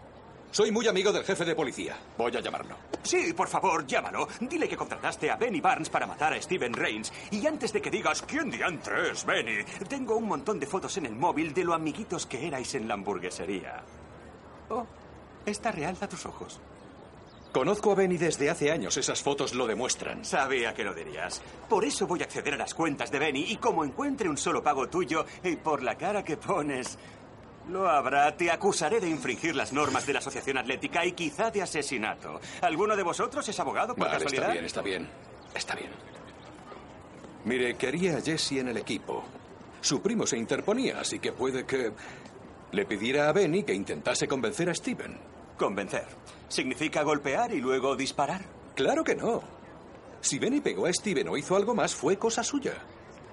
[SPEAKER 11] Soy muy amigo del jefe de policía. Voy a llamarlo.
[SPEAKER 10] Sí, por favor, llámalo. Dile que contrataste a Benny Barnes para matar a Steven Reigns. Y antes de que digas quién diantre es Benny, tengo un montón de fotos en el móvil de lo amiguitos que erais en la hamburguesería. Oh, esta realza tus ojos.
[SPEAKER 11] Conozco a Benny desde hace años. Esas fotos lo demuestran.
[SPEAKER 10] Sabía que lo dirías. Por eso voy a acceder a las cuentas de Benny y como encuentre un solo pago tuyo y por la cara que pones... Lo habrá, te acusaré de infringir las normas de la Asociación Atlética y quizá de asesinato. ¿Alguno de vosotros es abogado por
[SPEAKER 11] Vale,
[SPEAKER 10] casualidad?
[SPEAKER 11] está bien, está bien. Está bien. Mire, quería a Jesse en el equipo. Su primo se interponía, así que puede que le pidiera a Benny que intentase convencer a Steven.
[SPEAKER 10] Convencer. ¿Significa golpear y luego disparar?
[SPEAKER 11] Claro que no. Si Benny pegó a Steven o hizo algo más, fue cosa suya.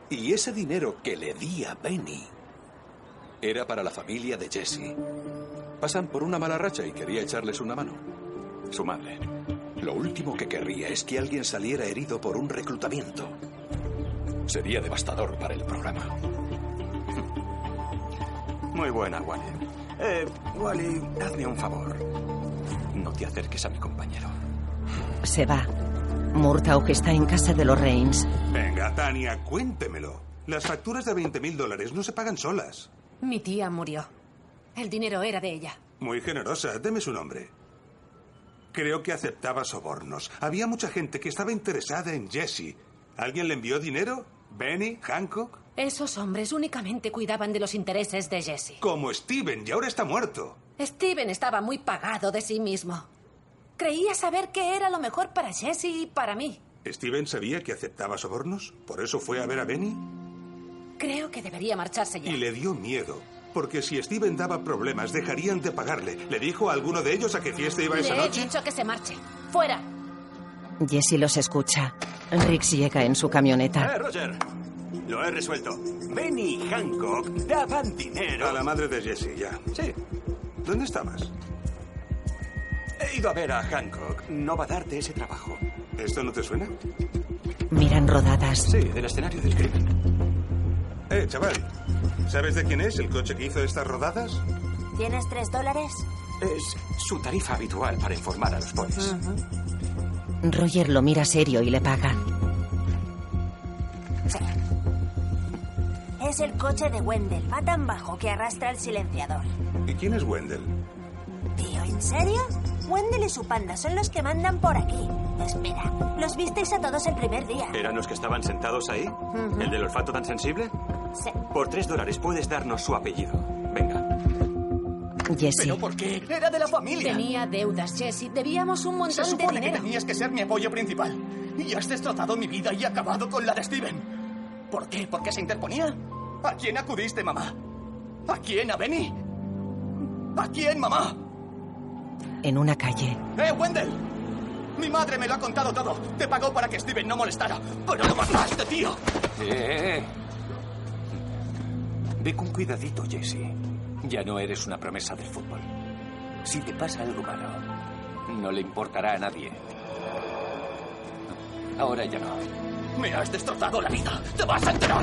[SPEAKER 11] Y ese dinero que le di a Benny era para la familia de Jesse. Pasan por una mala racha y quería echarles una mano.
[SPEAKER 10] Su madre.
[SPEAKER 11] Lo último que querría es que alguien saliera herido por un reclutamiento. Sería devastador para el programa.
[SPEAKER 10] Muy buena, Wally. Eh, Wally, hazme un favor. No te acerques a mi compañero.
[SPEAKER 1] Se va. Murtaugh está en casa de los Reigns.
[SPEAKER 7] Venga, Tania, cuéntemelo. Las facturas de 20 mil dólares no se pagan solas.
[SPEAKER 2] Mi tía murió. El dinero era de ella.
[SPEAKER 7] Muy generosa, deme su nombre. Creo que aceptaba sobornos. Había mucha gente que estaba interesada en Jesse. ¿Alguien le envió dinero? ¿Benny? ¿Hancock?
[SPEAKER 2] Esos hombres únicamente cuidaban de los intereses de Jesse.
[SPEAKER 7] Como Steven, y ahora está muerto.
[SPEAKER 2] Steven estaba muy pagado de sí mismo. Creía saber qué era lo mejor para Jesse y para mí.
[SPEAKER 7] ¿Steven sabía que aceptaba sobornos? ¿Por eso fue a ver a Benny?
[SPEAKER 2] Creo que debería marcharse ya.
[SPEAKER 7] Y le dio miedo. Porque si Steven daba problemas, dejarían de pagarle. ¿Le dijo a alguno de ellos a qué fiesta iba esa
[SPEAKER 2] Le he
[SPEAKER 7] noche?
[SPEAKER 2] dicho que se marche. Fuera.
[SPEAKER 1] Jesse los escucha. Riggs llega en su
[SPEAKER 10] Eh,
[SPEAKER 1] camioneta.
[SPEAKER 10] Roger, lo he resuelto. Benny y Hancock daban dinero.
[SPEAKER 7] A la madre de Jesse, ya.
[SPEAKER 10] Sí.
[SPEAKER 7] ¿Dónde estabas?
[SPEAKER 10] He ido a ver a Hancock. No va a darte ese trabajo.
[SPEAKER 7] ¿Esto no te suena?
[SPEAKER 1] Miran rodadas.
[SPEAKER 10] Sí, del escenario del crimen.
[SPEAKER 7] Eh, chaval, ¿sabes de quién es el coche que hizo estas rodadas?
[SPEAKER 14] ¿Tienes tres dólares?
[SPEAKER 10] Es su tarifa habitual para informar a los polis.
[SPEAKER 1] Roger lo mira serio y le paga.
[SPEAKER 14] Es el coche de Wendell. Va tan bajo que arrastra el silenciador.
[SPEAKER 7] ¿Y quién es Wendell?
[SPEAKER 14] Tío, ¿en serio? Wendell y su panda son los que mandan por aquí. Espera, los visteis a todos el primer día.
[SPEAKER 10] ¿Eran los que estaban sentados ahí? ¿El del olfato tan sensible?
[SPEAKER 14] Sí.
[SPEAKER 10] Por tres dólares puedes darnos su apellido. Venga.
[SPEAKER 1] Jesse.
[SPEAKER 10] ¿Pero por qué?
[SPEAKER 2] Era de la familia. Tenía deudas, Jesse. Debíamos un
[SPEAKER 17] Se
[SPEAKER 2] montón
[SPEAKER 17] supone
[SPEAKER 2] de
[SPEAKER 17] que
[SPEAKER 2] dinero.
[SPEAKER 17] tenías que ser mi apoyo principal. Y has destrozado mi vida y acabado con la de Steven. ¿Por qué? ¿Por qué se interponía? ¿A quién acudiste, mamá? ¿A quién? ¿A Benny? ¿A quién, mamá?
[SPEAKER 1] En una calle.
[SPEAKER 17] ¡Eh, Wendell! Mi madre me lo ha contado todo. Te pagó para que Steven no molestara. ¡Pero lo mataste, tío!
[SPEAKER 13] Eh. Ve con cuidadito, Jesse. Ya no eres una promesa del fútbol. Si te pasa algo malo, no le importará a nadie. Ahora ya no.
[SPEAKER 17] Me has destrozado la vida. ¡Te vas a enterar!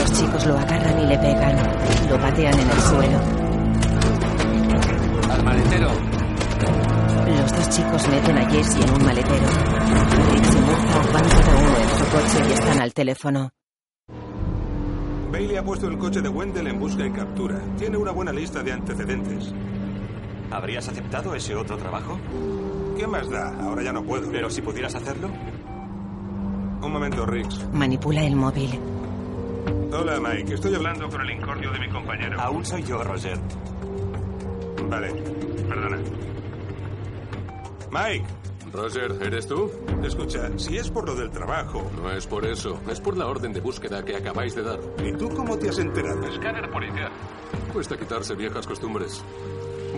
[SPEAKER 1] Los chicos lo agarran y le pegan. Lo patean en el suelo.
[SPEAKER 13] Al maletero.
[SPEAKER 1] Los dos chicos meten a Jesse en un maletero. Riggs y Murtaugh van cada uno en su coche y están al teléfono.
[SPEAKER 7] Bailey ha puesto el coche de Wendell en busca y captura. Tiene una buena lista de antecedentes.
[SPEAKER 10] ¿Habrías aceptado ese otro trabajo?
[SPEAKER 7] ¿Qué más da? Ahora ya no puedo.
[SPEAKER 10] Pero si pudieras hacerlo.
[SPEAKER 7] Un momento, Riggs.
[SPEAKER 1] Manipula el móvil.
[SPEAKER 7] Hola, Mike. Estoy hablando con el incordio de mi compañero.
[SPEAKER 10] Aún soy yo, Roger.
[SPEAKER 7] Vale, perdona. Mike.
[SPEAKER 5] Roger, ¿eres tú?
[SPEAKER 7] Escucha, si es por lo del trabajo.
[SPEAKER 5] No es por eso, es por la orden de búsqueda que acabáis de dar.
[SPEAKER 7] ¿Y tú cómo te has enterado?
[SPEAKER 5] Escáner policial. Cuesta quitarse viejas costumbres.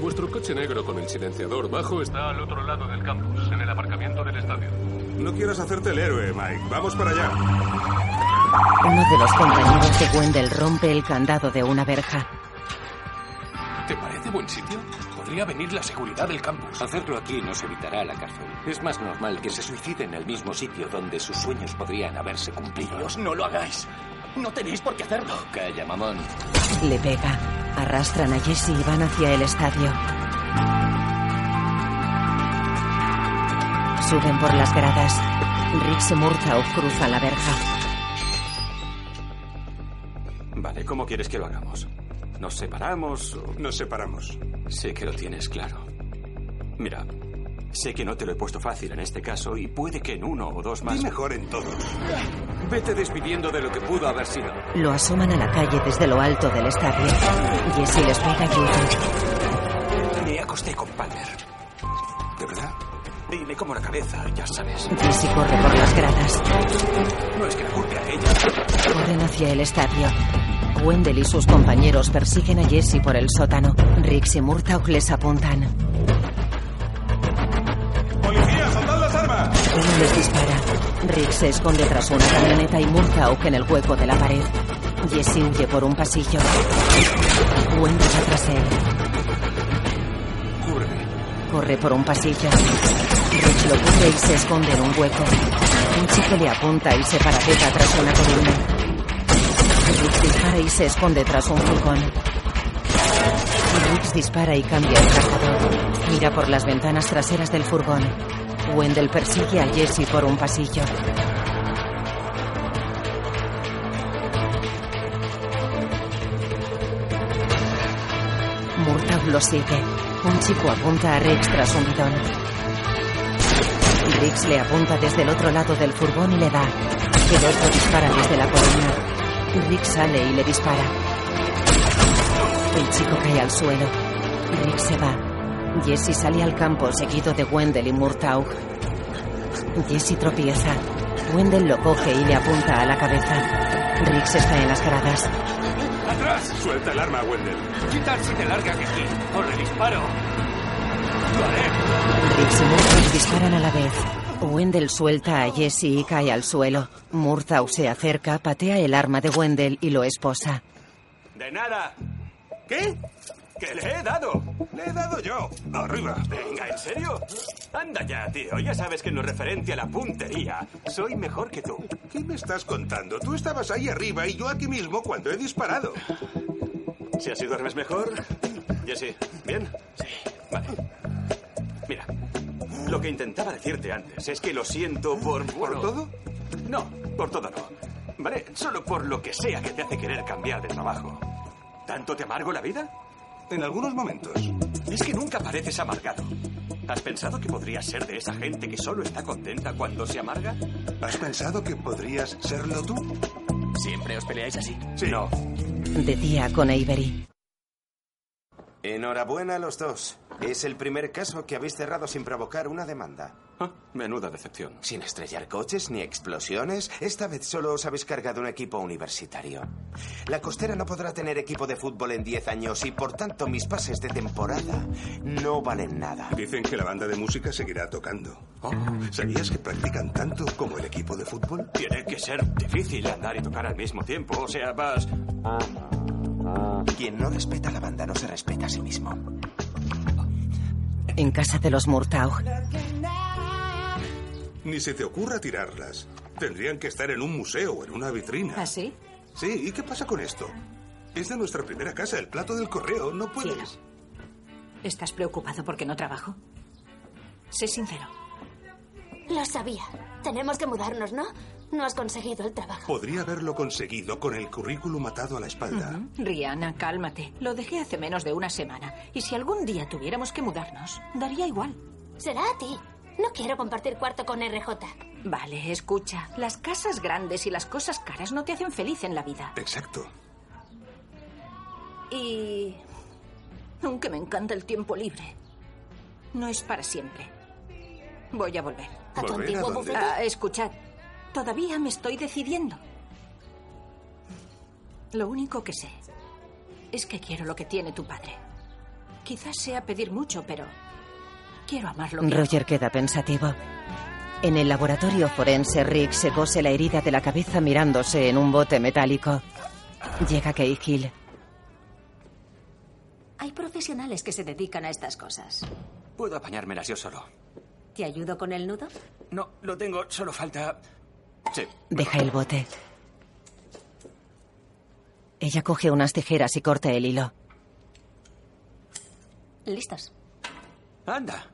[SPEAKER 5] Vuestro coche negro con el silenciador bajo está al otro lado del campus, en el aparcamiento del estadio.
[SPEAKER 7] No quieras hacerte el héroe, Mike. Vamos para allá.
[SPEAKER 1] Uno de los compañeros de Wendell rompe el candado de una verja.
[SPEAKER 13] ¿Te parece buen sitio? Podría venir la seguridad del campus.
[SPEAKER 4] Hacerlo aquí nos evitará la cárcel. Es más normal que se suicide en el mismo sitio donde sus sueños podrían haberse cumplido.
[SPEAKER 17] Dios, no lo hagáis. No tenéis por qué hacerlo.
[SPEAKER 4] Calla, mamón.
[SPEAKER 1] Le pega. Arrastran a Jesse y van hacia el estadio. Suben por las gradas. Riggs y Murtaugh cruzan la verja.
[SPEAKER 10] Vale, ¿cómo quieres que lo hagamos? ¿Nos separamos o...?
[SPEAKER 7] Nos separamos.
[SPEAKER 10] Sé que lo tienes claro. Mira, sé que no te lo he puesto fácil en este caso y puede que en uno o dos más...
[SPEAKER 7] mejor en todos.
[SPEAKER 10] Vete despidiendo de lo que pudo haber sido.
[SPEAKER 1] Lo asoman a la calle desde lo alto del estadio. Jesse les pega y huye.
[SPEAKER 10] Me acosté con Palmer. ¿De verdad? Dile como la cabeza, ya sabes.
[SPEAKER 1] Jesse corre por las gradas.
[SPEAKER 10] No es que la culpe a ella.
[SPEAKER 1] Corren hacia el estadio. Wendell y sus compañeros persiguen a Jesse por el sótano. Riggs y Murtaugh les apuntan.
[SPEAKER 7] ¡Policía, soltad las armas!
[SPEAKER 1] Uno les dispara. Rick se esconde tras una camioneta y Murtaugh en el hueco de la pared. Jesse huye por un pasillo. Wendy va tras él. Corre por un pasillo. Rick lo cubre y se esconde en un hueco. Un chico le apunta y se parapeta tras una columna. Rick dispara y se esconde tras un furgón. Riggs dispara y cambia el cazador. Mira por las ventanas traseras del furgón. Wendell persigue a Jesse por un pasillo. Murtaugh lo sigue. Un chico apunta a Riggs tras un bidón. Riggs le apunta desde el otro lado del furgón y le da. El otro dispara desde la columna. Riggs sale y le dispara. El chico cae al suelo. Riggs se va. Jesse sale al campo seguido de Wendell y Murtaugh. Jesse tropieza. Wendell lo coge y le apunta a la cabeza. Riggs está en las gradas.
[SPEAKER 5] ¡Atrás! Suelta el arma, Wendell. Quitar si te larga que aquí. O le disparo. Lo haré.
[SPEAKER 1] Riggs y Murtaugh disparan a la vez. Wendell suelta a Jesse y cae al suelo. Murtaugh se acerca, patea el arma de Wendell y lo esposa.
[SPEAKER 10] De nada. ¿Qué? ¿Que le he dado? Le he dado yo. Arriba. Venga, ¿en serio? Anda ya, tío. Ya sabes que en lo referente a la puntería, soy mejor que tú.
[SPEAKER 7] ¿Qué me estás contando? Tú estabas ahí arriba y yo aquí mismo cuando he disparado.
[SPEAKER 10] Si así duermes mejor. Jesse, ¿bien? Sí. Vale. Mira, lo que intentaba decirte antes es que lo siento por... ¿Por todo? No, por todo no. Vale, solo por lo que sea que te hace querer cambiar de trabajo. ¿Tanto te amargo la vida?
[SPEAKER 7] En algunos momentos.
[SPEAKER 10] Es que nunca pareces amargado. ¿Has pensado que podrías ser de esa gente que solo está contenta cuando se amarga?
[SPEAKER 7] ¿Has pensado que podrías serlo tú?
[SPEAKER 10] ¿Siempre os peleáis así?
[SPEAKER 7] Sí. No.
[SPEAKER 1] De día con Avery.
[SPEAKER 12] Enhorabuena a los dos. Es el primer caso que habéis cerrado sin provocar una demanda.
[SPEAKER 10] Ah, menuda decepción.
[SPEAKER 12] Sin estrellar coches ni explosiones, esta vez solo os habéis cargado un equipo universitario. La costera no podrá tener equipo de fútbol en 10 años y por tanto mis pases de temporada no valen nada.
[SPEAKER 7] Dicen que la banda de música seguirá tocando.
[SPEAKER 10] Oh.
[SPEAKER 7] ¿Sabías que practican tanto como el equipo de fútbol?
[SPEAKER 10] Tiene que ser difícil andar y tocar al mismo tiempo. O sea, vas...
[SPEAKER 12] Quien no respeta la banda no se respeta a sí mismo.
[SPEAKER 1] En casa de los Murtaugh.
[SPEAKER 7] Ni se te ocurra tirarlas. Tendrían que estar en un museo o en una vitrina.
[SPEAKER 6] ¿Ah, sí?
[SPEAKER 7] Sí, ¿y qué pasa con esto? Es de nuestra primera casa, el plato del correo. No puedes.
[SPEAKER 6] ¿Estás preocupado porque no trabajo? Sé sincero.
[SPEAKER 9] Lo sabía. Tenemos que mudarnos, ¿no? No has conseguido el trabajo.
[SPEAKER 7] Podría haberlo conseguido con el currículum atado a la espalda.
[SPEAKER 6] Rihanna, cálmate. Lo dejé hace menos de una semana. Y si algún día tuviéramos que mudarnos, daría igual.
[SPEAKER 9] Será a ti. No quiero compartir cuarto con RJ.
[SPEAKER 6] Vale, escucha. Las casas grandes y las cosas caras no te hacen feliz en la vida.
[SPEAKER 7] Exacto.
[SPEAKER 6] Y... Aunque me encanta el tiempo libre, no es para siempre. Voy a volver.
[SPEAKER 7] ¿A tu ¿Volver a antiguo dónde? bufete?
[SPEAKER 6] Ah, escuchad, todavía me estoy decidiendo. Lo único que sé es que quiero lo que tiene tu padre. Quizás sea pedir mucho, pero quiero amarlo.
[SPEAKER 1] Roger queda pensativo. En el laboratorio forense, Rick se cose la herida de la cabeza mirándose en un bote metálico. Llega Kay Hill.
[SPEAKER 2] Hay profesionales que se dedican a estas cosas.
[SPEAKER 4] Puedo apañármelas yo solo.
[SPEAKER 2] ¿Te ayudo con el nudo?
[SPEAKER 4] No, lo tengo, solo falta. Sí.
[SPEAKER 1] Deja el bote. Ella coge unas tijeras y corta el hilo.
[SPEAKER 2] Listos.
[SPEAKER 4] Anda.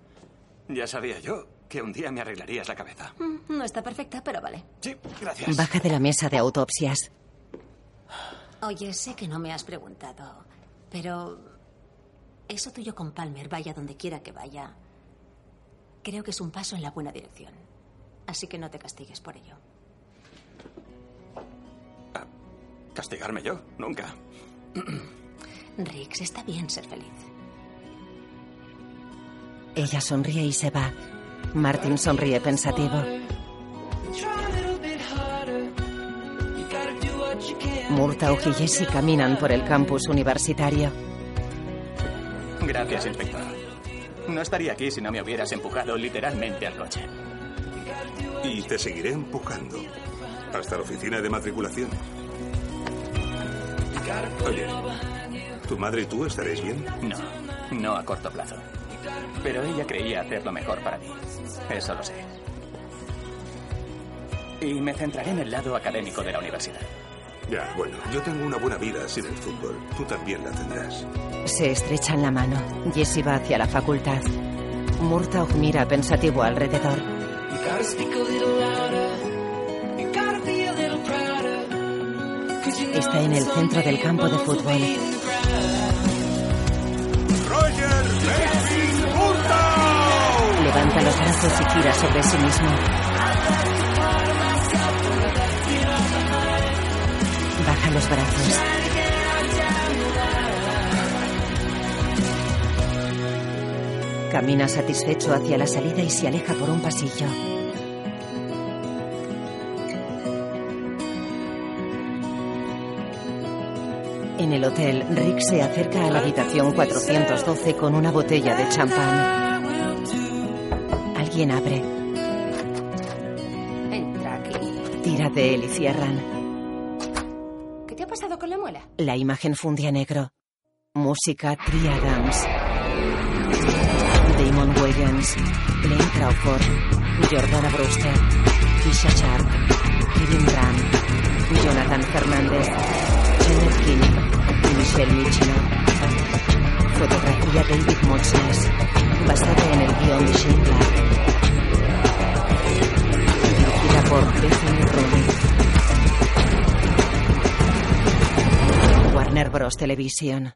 [SPEAKER 4] Ya sabía yo que un día me arreglarías la cabeza.
[SPEAKER 2] Mm, No está perfecta, pero vale.
[SPEAKER 4] Sí, gracias.
[SPEAKER 1] Baja de la mesa de autopsias.
[SPEAKER 2] Oye, sé que no me has preguntado, pero eso tuyo con Palmer, vaya donde quiera que vaya, creo que es un paso en la buena dirección. Así que no te castigues por ello.
[SPEAKER 4] Castigarme yo, nunca.
[SPEAKER 2] Riggs, está bien ser feliz.
[SPEAKER 1] Ella sonríe y se va. Martin sonríe pensativo. Murtaugh y Jesse caminan por el campus universitario.
[SPEAKER 3] Gracias, inspector. No estaría aquí si no me hubieras empujado literalmente al coche.
[SPEAKER 7] Y te seguiré empujando hasta la oficina de matriculación. Oye, ¿tu madre y tú estaréis bien?
[SPEAKER 3] No, no a corto plazo. Pero ella creía hacerlo mejor para mí. Eso lo sé. Y me centraré en el lado académico de la universidad.
[SPEAKER 7] Ya, bueno, yo tengo una buena vida sin el fútbol. Tú también la tendrás.
[SPEAKER 1] Se estrechan la mano. Jesse va hacia la facultad. Murtaugh mira pensativo alrededor.
[SPEAKER 18] You gotta speak a little louder. You gotta be a little prouder. Cause you know
[SPEAKER 1] Está en el centro del campo de fútbol.
[SPEAKER 18] Roger Messi Murtaugh.
[SPEAKER 1] Levanta los brazos y gira sobre sí mismo. Baja los brazos. Camina satisfecho hacia la salida y se aleja por un pasillo. En el hotel, Rick se acerca a la habitación 412 con una botella de champán. Alguien abre.
[SPEAKER 6] Entra aquí.
[SPEAKER 1] Tira de él y cierran.
[SPEAKER 6] ¿Qué te ha pasado con la muela?
[SPEAKER 1] La imagen fundía negro. Música Tria Dance. Damon Williams. Glenn Crawford. Jordana Brewster. Tisha Sharp. Kevin Graham. Jonathan Fernández. Kenneth Kinney. Michelle Michino. Fotografía David Moxnes. Basada en el guión de Shane Black. Dirigida por Bethany Rooney. Warner Bros. Televisión.